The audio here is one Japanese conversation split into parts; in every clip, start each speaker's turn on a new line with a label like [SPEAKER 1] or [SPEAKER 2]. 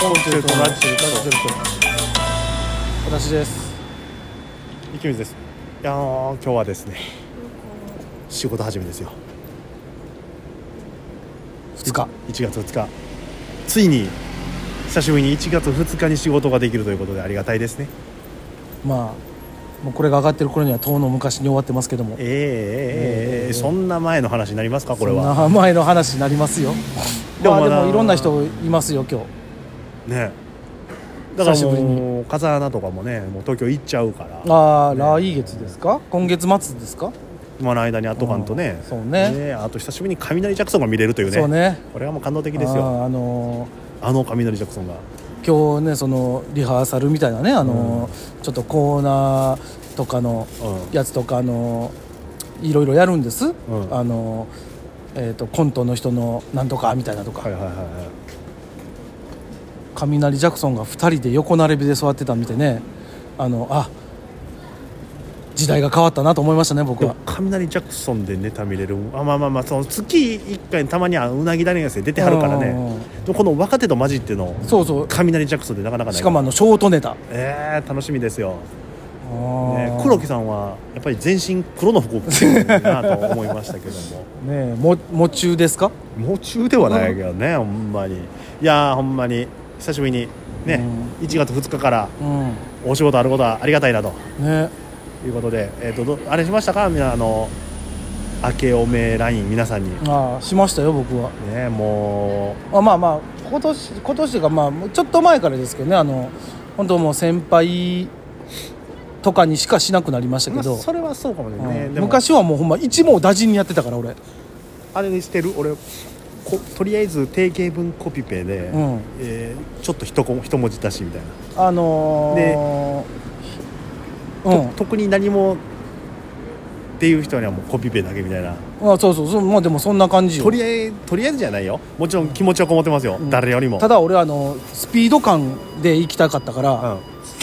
[SPEAKER 1] コンチェルトラ
[SPEAKER 2] ラ
[SPEAKER 1] ンチェルト
[SPEAKER 2] ンチェルト
[SPEAKER 1] 私です
[SPEAKER 2] 池水ですいやあのー今日はですね仕事始めですよ
[SPEAKER 1] 2日
[SPEAKER 2] 1月2日ついに久しぶりに1月2日に仕事ができるということでありがたいですね
[SPEAKER 1] まあもうこれが上がってる頃にはとうの昔に終わってますけども
[SPEAKER 2] えーえーえーえ
[SPEAKER 1] えー
[SPEAKER 2] ーそんな前の話になりますかこれは
[SPEAKER 1] そんな前の話になりますよ
[SPEAKER 2] でも
[SPEAKER 1] まあ
[SPEAKER 2] ま
[SPEAKER 1] で
[SPEAKER 2] だ
[SPEAKER 1] もいろんな人いますよ今日
[SPEAKER 2] ねだから
[SPEAKER 1] 久しぶり
[SPEAKER 2] もう風穴とかもねもう東京行っちゃうから
[SPEAKER 1] ああ、来月ですか今月末ですか、
[SPEAKER 2] 今の間にあっとかんとね
[SPEAKER 1] うんそうね
[SPEAKER 2] あと久しぶりに雷ジャクソンが見れるというね
[SPEAKER 1] そうね
[SPEAKER 2] これはもう感動的
[SPEAKER 1] い
[SPEAKER 2] ですよ
[SPEAKER 1] あーあの
[SPEAKER 2] あの雷ジャクソンが
[SPEAKER 1] ー今日ねそのリハーサルみたいなねあのー、ちょっとコーナーとかの
[SPEAKER 2] う
[SPEAKER 1] やつとかあのーいろいろやるんです、
[SPEAKER 2] ん
[SPEAKER 1] あのーえー、とコントの人のなんとかみたいなとか、
[SPEAKER 2] はいはいはいはい
[SPEAKER 1] 雷ジャクソンが2人で横並びで座ってたん見てねあのあ時代が変わったなと思いましたね僕
[SPEAKER 2] でも
[SPEAKER 1] は
[SPEAKER 2] 雷ジャクソンでネタ見れるあまあまあまあその月1回たまにはうなぎだねやつで出てはるから
[SPEAKER 1] うん
[SPEAKER 2] ね
[SPEAKER 1] うんうん
[SPEAKER 2] でもこの若手と混じっての
[SPEAKER 1] そうそう
[SPEAKER 2] 雷ジャクソンでなかなかない
[SPEAKER 1] しかもあのショートネタ、
[SPEAKER 2] えー、楽しみですよ、ね
[SPEAKER 1] ね、
[SPEAKER 2] 黒木さんはやっぱり全身黒の服を着てるなと思いましたけど も
[SPEAKER 1] ねえも喪中ですか
[SPEAKER 2] 夢中ではないけどねほんまにいやーほんまに久しぶりにね、1月2日から
[SPEAKER 1] うん
[SPEAKER 2] お仕事あることはありがたいなと
[SPEAKER 1] ね
[SPEAKER 2] いうことで、えー、とどあれしましたかみんなあの明けおめライン皆さんに
[SPEAKER 1] ああしましたよ僕は
[SPEAKER 2] ねもう
[SPEAKER 1] あまあまあ今年今年というかまあちょっと前からですけどねあの本当もう先輩とかにしかしなくなりましたけど、
[SPEAKER 2] まあそれはそうかも
[SPEAKER 1] うん
[SPEAKER 2] ね、でも
[SPEAKER 1] 昔はもうほんま一網打尽にやってたから俺
[SPEAKER 2] あれにしてる俺ことりあえず定型文コピペで、
[SPEAKER 1] うん
[SPEAKER 2] えーちょっと一こ一文字足しみたいな、
[SPEAKER 1] あのー、うん
[SPEAKER 2] と特に何もっていう人にはもうコピペだけみたいな
[SPEAKER 1] あそうそうそうまあでもそんな感じよ
[SPEAKER 2] とりあえずとりあえずじゃないよもちろん気持ちはこもってますよ、
[SPEAKER 1] うん
[SPEAKER 2] 誰よりも
[SPEAKER 1] ただ俺あのスピード感で行きたかったから、
[SPEAKER 2] うん、あ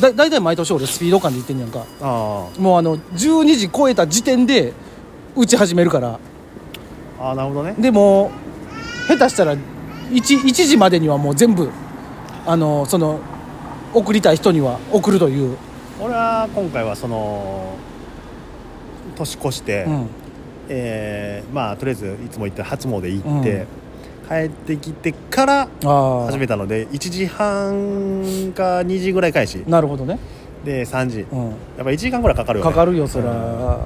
[SPEAKER 1] だ大体毎年俺スピード感で行ってんねやんか
[SPEAKER 2] あ
[SPEAKER 1] もうあの12時超えた時点で打ち始めるから
[SPEAKER 2] ああなるほどね
[SPEAKER 1] でも下手したら 1, 1時までにはもう全部あのその送りたい人には送るという、
[SPEAKER 2] 俺は今回はその年越して、
[SPEAKER 1] うん、
[SPEAKER 2] えーまあとりあえずいつも行ってる初詣行って、
[SPEAKER 1] うん
[SPEAKER 2] 帰ってきてから
[SPEAKER 1] あ
[SPEAKER 2] 始めたので1時半か2時ぐらい開始
[SPEAKER 1] あなるほどね、
[SPEAKER 2] で3時やっ
[SPEAKER 1] うん、
[SPEAKER 2] ぱ1時間ぐらいかかるよ、ね、
[SPEAKER 1] かかるよそ
[SPEAKER 2] うん
[SPEAKER 1] ら、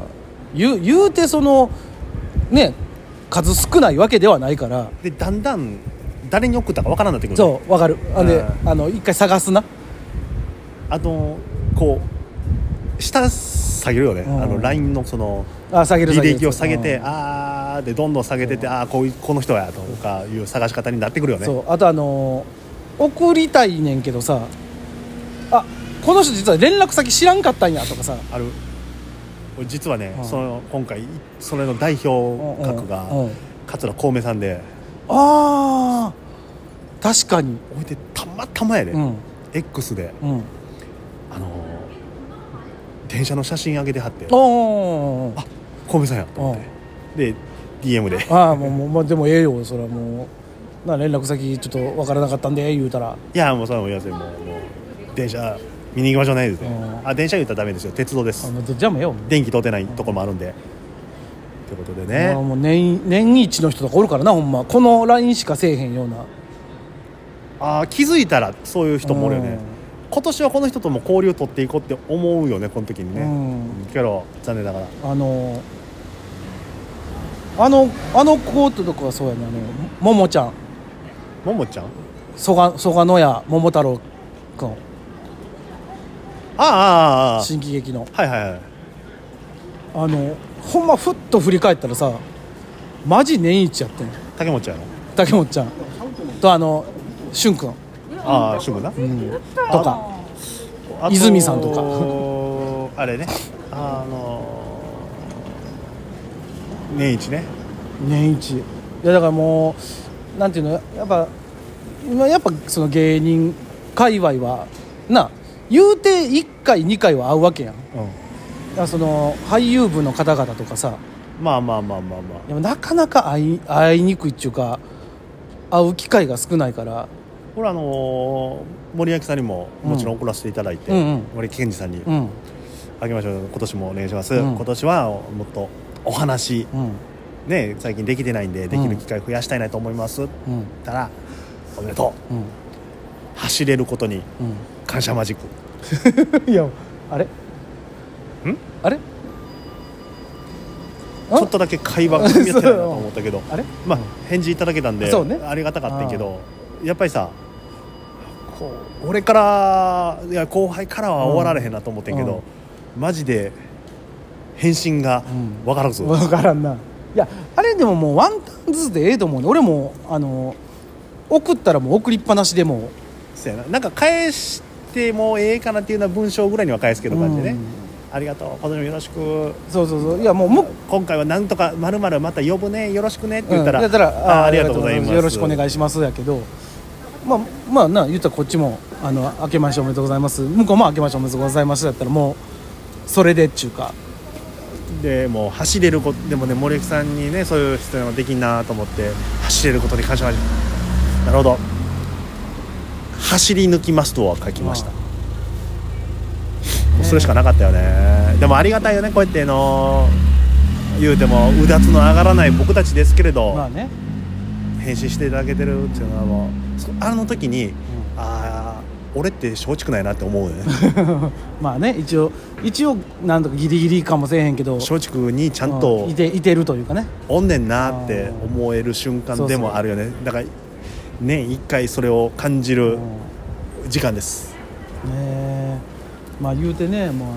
[SPEAKER 1] 言う言うてそのね数少ないわけではないから
[SPEAKER 2] でだんだん誰に送ったかわからんなってくる
[SPEAKER 1] そうわかるあで、
[SPEAKER 2] う
[SPEAKER 1] あの一回探すな
[SPEAKER 2] あのこう下下げるよね、
[SPEAKER 1] うん
[SPEAKER 2] あの LINE のその
[SPEAKER 1] あ下げる
[SPEAKER 2] 履
[SPEAKER 1] 下げる
[SPEAKER 2] 歴を下げて、
[SPEAKER 1] うん
[SPEAKER 2] あーでどんどん下げてて、ああこういうこの人やとかいう探し方になってくるよね
[SPEAKER 1] そうあとあのー送りたいねんけどさあこの人実は連絡先知らんかったんやとかさ
[SPEAKER 2] ある俺実はね、
[SPEAKER 1] うん
[SPEAKER 2] その今回それの代表格が、
[SPEAKER 1] うんうん
[SPEAKER 2] 桂小梅さんで
[SPEAKER 1] あー確かに
[SPEAKER 2] おいでたまたまやで、
[SPEAKER 1] うん
[SPEAKER 2] X で
[SPEAKER 1] うん
[SPEAKER 2] あのー電車の写真上げてはって
[SPEAKER 1] おお
[SPEAKER 2] あ小梅さんやと思ってで DM で
[SPEAKER 1] ああもうもう、まあ、でもええよそれはもうな連絡先ちょっとわからなかったんで言うたら
[SPEAKER 2] 「いやもうそれも言わせんもうもう電車見に行きましょうね」言うて
[SPEAKER 1] うん
[SPEAKER 2] あ電車言ったらダメですよ鉄道で
[SPEAKER 1] あ
[SPEAKER 2] す
[SPEAKER 1] のどっちでもええよ
[SPEAKER 2] 電気通ってないとこもあるんでってことで
[SPEAKER 1] まあ
[SPEAKER 2] ね
[SPEAKER 1] もう年年一の人とかおるからなほんまこの LINE しかせえへんような
[SPEAKER 2] あー気づいたらそういう人もおるよね今年はこの人とも交流取っていこうって思うよねこの時に
[SPEAKER 1] う
[SPEAKER 2] ね、
[SPEAKER 1] ん、
[SPEAKER 2] けど残念ながら
[SPEAKER 1] あのあのあの子とかはそうやねあのももちゃん
[SPEAKER 2] ももちゃん
[SPEAKER 1] 蘇我蘇我野谷桃太郎くん
[SPEAKER 2] あああああ
[SPEAKER 1] 新喜劇の
[SPEAKER 2] あはいはいはい
[SPEAKER 1] あのほんまふっと振り返ったらさマジ年一やってん
[SPEAKER 2] 竹本ちゃんやろ
[SPEAKER 1] 竹本ちゃんとあのしゅんくん
[SPEAKER 2] ああ主婦な、
[SPEAKER 1] とか
[SPEAKER 2] あと
[SPEAKER 1] 泉さんとか
[SPEAKER 2] あれねあのー年一ね
[SPEAKER 1] 年一いやだからもうなんていうのやっぱまあやっぱその芸人界隈はな言うて1回2回は会うわけやん
[SPEAKER 2] う
[SPEAKER 1] だからその俳優部の方々とかさ
[SPEAKER 2] んまあまあまあまあまあ
[SPEAKER 1] でもなかなか会い会いにくいっていうか会う機会が少ないから
[SPEAKER 2] ほらあのー森脇さんにももちろん送らせていただいて、
[SPEAKER 1] うんうん
[SPEAKER 2] 森健二さんに
[SPEAKER 1] うん
[SPEAKER 2] あげましょう今年もお願いします、
[SPEAKER 1] うん
[SPEAKER 2] 今年はもっとお話
[SPEAKER 1] うん
[SPEAKER 2] ね最近できてないんでできる機会増やしたいなと思います、
[SPEAKER 1] うん
[SPEAKER 2] たらおめでとう
[SPEAKER 1] うん
[SPEAKER 2] 走れることに感謝マジック
[SPEAKER 1] うん いやあれんあれ
[SPEAKER 2] ちょっとだけ会話が組み合ってないなと思ったけ ど
[SPEAKER 1] あれ
[SPEAKER 2] まあ返事いただけたんで、
[SPEAKER 1] そうね
[SPEAKER 2] ありがたかったけどやっぱりさこう俺からいや後輩からは終わられへんなと思ってんけど、マジで返信が
[SPEAKER 1] うん
[SPEAKER 2] わから んぞ、
[SPEAKER 1] 分からんないやあれでももうワンタンずつでええと思うね俺もあの送ったらもう送りっぱなしでも
[SPEAKER 2] そうやななんか返してもええかなっていうような文章ぐらいには返すけど感じでね、
[SPEAKER 1] うん
[SPEAKER 2] ありがとう今年もよろしく
[SPEAKER 1] そうそうそういやもうむ
[SPEAKER 2] 今回はなんとかまるまるまた呼ぶねよろしくねって言ったら,、
[SPEAKER 1] うん、だったら
[SPEAKER 2] あーありがとうございます
[SPEAKER 1] よろしくお願いしますやけどまあまあな言ったらこっちもあの「明けましておめでとうございます」向こうも「明けましておめでとうございます」だったらもうそれでっちゅうか
[SPEAKER 2] でもう走れることでもね森脇さんにねそういう質問ができんなと思って走れることに感謝しなるほど走り抜きますとは書きました、
[SPEAKER 1] ま
[SPEAKER 2] もうそれしかなかったよねでもありがたいよねこうやってあの言うてもうだつの上がらない僕たちですけれど、
[SPEAKER 1] まあね、
[SPEAKER 2] 返信していただけてるっていうのはもうそあの時に
[SPEAKER 1] う
[SPEAKER 2] ああ俺って松竹ないなって思うよ ね
[SPEAKER 1] んまあね一応一応なんとかギリギリかもせえへんけど
[SPEAKER 2] 松竹にちゃんと
[SPEAKER 1] うんいていてるというかね
[SPEAKER 2] おんねんなって思える瞬間でもあるよねだから年一回それを感じ
[SPEAKER 1] う
[SPEAKER 2] る
[SPEAKER 1] ん
[SPEAKER 2] 時間です
[SPEAKER 1] ねえまあ言うてねもう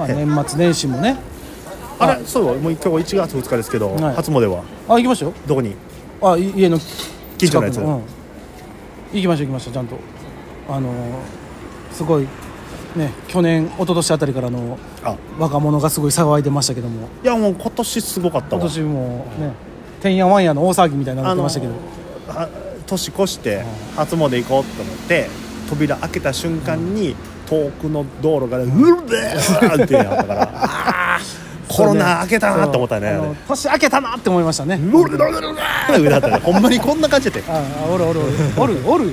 [SPEAKER 1] あの、まあ、年末年始もね
[SPEAKER 2] あれそういえばもう今日1月2日ですけど、
[SPEAKER 1] はい
[SPEAKER 2] 初詣は
[SPEAKER 1] あ行きましたよ
[SPEAKER 2] どこに
[SPEAKER 1] あい家の
[SPEAKER 2] 近所のやつ
[SPEAKER 1] 近くうん行きました行きましたちゃんとあのーすごいね去年一昨年あたりからの
[SPEAKER 2] あ
[SPEAKER 1] 若者がすごい騒いでましたけども
[SPEAKER 2] いやもう今年すごかった
[SPEAKER 1] 今
[SPEAKER 2] わ
[SPEAKER 1] 年もねてんやわんやの大騒ぎみたいになってましたけど、
[SPEAKER 2] あ年越して初詣行こうと思って扉開けた瞬間に遠くの道路から「うるべー!」ってなったから あーコロナ開けたなと思ったね
[SPEAKER 1] そう
[SPEAKER 2] あ
[SPEAKER 1] あ
[SPEAKER 2] れ
[SPEAKER 1] の年明けたなって思いましたね
[SPEAKER 2] ロルロルロルーってなったねほんまにこんな感じで
[SPEAKER 1] ああおるおるおるおるおるよ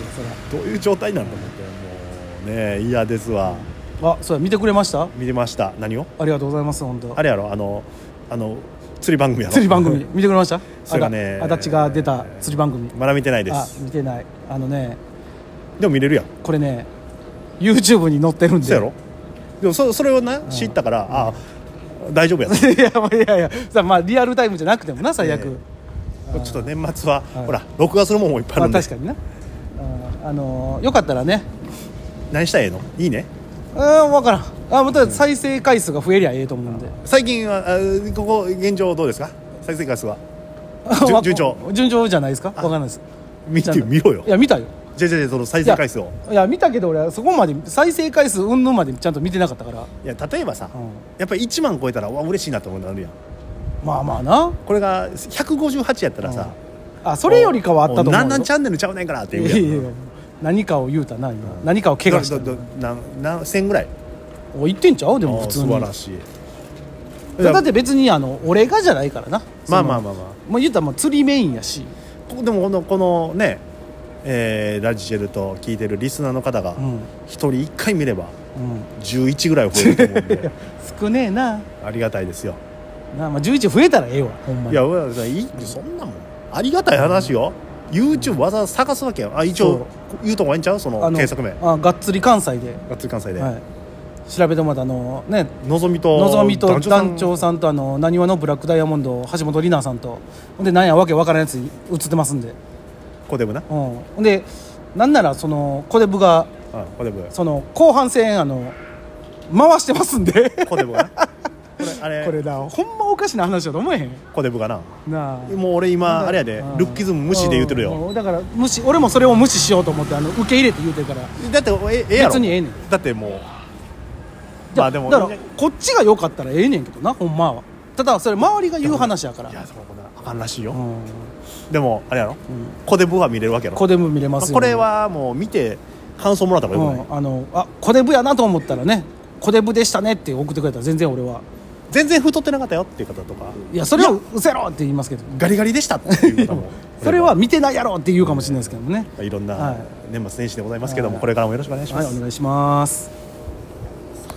[SPEAKER 1] そ
[SPEAKER 2] どういう状態なんだと思ってもうね嫌ですわ
[SPEAKER 1] れあそうや見てくれました
[SPEAKER 2] 見てました何を
[SPEAKER 1] ありがとうございます本当
[SPEAKER 2] あれやろあのあの釣り番組やろ
[SPEAKER 1] 釣り番組 見てくれました
[SPEAKER 2] それがね
[SPEAKER 1] あだ足立が出た釣り番組
[SPEAKER 2] まだ見てないで
[SPEAKER 1] あ
[SPEAKER 2] す
[SPEAKER 1] 見てないあのね
[SPEAKER 2] でも見れるやん
[SPEAKER 1] これね YouTube に載ってるんで
[SPEAKER 2] そうやろでもそそれをな知ったからあ大丈夫や ち
[SPEAKER 1] いやまあいやいやさあまあリアルタイムじゃなくてもな最悪、
[SPEAKER 2] えょっと年末は
[SPEAKER 1] はい
[SPEAKER 2] ほら録画するもんもいっぱい
[SPEAKER 1] ま
[SPEAKER 2] ある
[SPEAKER 1] あ
[SPEAKER 2] んで
[SPEAKER 1] 確かになああのーよかったらね
[SPEAKER 2] 何したらええのいいね
[SPEAKER 1] うん分からんあまた再生回数が増えりゃええと思うんで
[SPEAKER 2] 最近はあここ現状どうですか再生回数は 順
[SPEAKER 1] わ
[SPEAKER 2] 順調
[SPEAKER 1] 順調じゃないですか分かんないです
[SPEAKER 2] 見
[SPEAKER 1] ちゃん
[SPEAKER 2] て
[SPEAKER 1] と
[SPEAKER 2] みろよ
[SPEAKER 1] いや見たよ
[SPEAKER 2] じゃあじゃあじゃあその再生回数を
[SPEAKER 1] いや見たけど俺はそこまで再生回数うんぬんまでちゃんと見てなかったから、
[SPEAKER 2] いや例えばさ
[SPEAKER 1] うん
[SPEAKER 2] やっぱり1万超えたらうわ嬉しいなって思うのあるやん
[SPEAKER 1] まあまあな
[SPEAKER 2] これが158やったらさ、
[SPEAKER 1] あそれよりかはあったと思うよ
[SPEAKER 2] なんなんチャンネルちゃうねんからって
[SPEAKER 1] い
[SPEAKER 2] いう
[SPEAKER 1] や
[SPEAKER 2] やん
[SPEAKER 1] いやいや何かを言うたな今何かを怪我した
[SPEAKER 2] どどなんなん1000ぐらい
[SPEAKER 1] お言ってんちゃうでも普通
[SPEAKER 2] あー
[SPEAKER 1] に
[SPEAKER 2] 素晴らしい
[SPEAKER 1] だって別にあの俺がじゃないからな
[SPEAKER 2] まあまあま
[SPEAKER 1] あ
[SPEAKER 2] あま
[SPEAKER 1] もう言ったらもう釣りメインやし
[SPEAKER 2] あこでもこのこのね、えーラジチェルと聞いてるリスナーの方が
[SPEAKER 1] うん
[SPEAKER 2] 一人一回見れば
[SPEAKER 1] うん
[SPEAKER 2] 11ぐらい増えると思う んで
[SPEAKER 1] 少ねえな
[SPEAKER 2] ありがたいですよ
[SPEAKER 1] な、まあ、11増えたらええわほんまに
[SPEAKER 2] いや俺らさいいそんなもんありがたい話よ YouTube わざわざ探すわけよあ一応言うとこがいいんちゃうその
[SPEAKER 1] あの
[SPEAKER 2] 検索名
[SPEAKER 1] あがっつり関西で、
[SPEAKER 2] がっつり関西で、
[SPEAKER 1] はい、調べてもらったあのね
[SPEAKER 2] のぞみと
[SPEAKER 1] のぞみと団長
[SPEAKER 2] さ
[SPEAKER 1] さんとあのなにわのブラックダイヤモンド橋本里奈さんとほんでなんやわけわからんやつに映ってますんで、うん、
[SPEAKER 2] んコデブな、
[SPEAKER 1] ほんでなんならそのコデブが
[SPEAKER 2] うん、コデブ
[SPEAKER 1] その後半戦あの回してますんで
[SPEAKER 2] コデブがなこれあれ
[SPEAKER 1] これなほんまおかしな話だと思えへん
[SPEAKER 2] コデブがな
[SPEAKER 1] なあ
[SPEAKER 2] もう俺今あれやでルッキズム無視で言うてる
[SPEAKER 1] うん
[SPEAKER 2] よ
[SPEAKER 1] もうだから無視俺もそれを無視しようと思ってあの受け入れて言うてるから
[SPEAKER 2] だってええやろ
[SPEAKER 1] 別にええねん
[SPEAKER 2] だってもう
[SPEAKER 1] じゃ
[SPEAKER 2] まあでも
[SPEAKER 1] だか
[SPEAKER 2] み
[SPEAKER 1] ら
[SPEAKER 2] んな
[SPEAKER 1] こっちが良かったらええねんけどなほんまはただそれ周りが言う話やから
[SPEAKER 2] いやそうこんなあかんらしいよ、
[SPEAKER 1] うん
[SPEAKER 2] でもあれやろ、コデブは見れるわけやろ、
[SPEAKER 1] コデブ見れま
[SPEAKER 2] まあ
[SPEAKER 1] すよ
[SPEAKER 2] これはもう見て感想もらった方
[SPEAKER 1] う
[SPEAKER 2] がよくな
[SPEAKER 1] ん
[SPEAKER 2] い、
[SPEAKER 1] あのあコデブやなと思ったらねコデブでしたねって送ってくれたら全然俺は
[SPEAKER 2] 全然太ってなかったよっていう方とか
[SPEAKER 1] いやそれをうせろって言いますけど
[SPEAKER 2] ガリガリでしたっていう方も
[SPEAKER 1] それは見てないやろって言うかもしれないですけどもね
[SPEAKER 2] いろん
[SPEAKER 1] は
[SPEAKER 2] ない年末年始でございますけども、
[SPEAKER 1] はい
[SPEAKER 2] これからもよろしくお願いしま
[SPEAKER 1] は
[SPEAKER 2] す、
[SPEAKER 1] いお願いします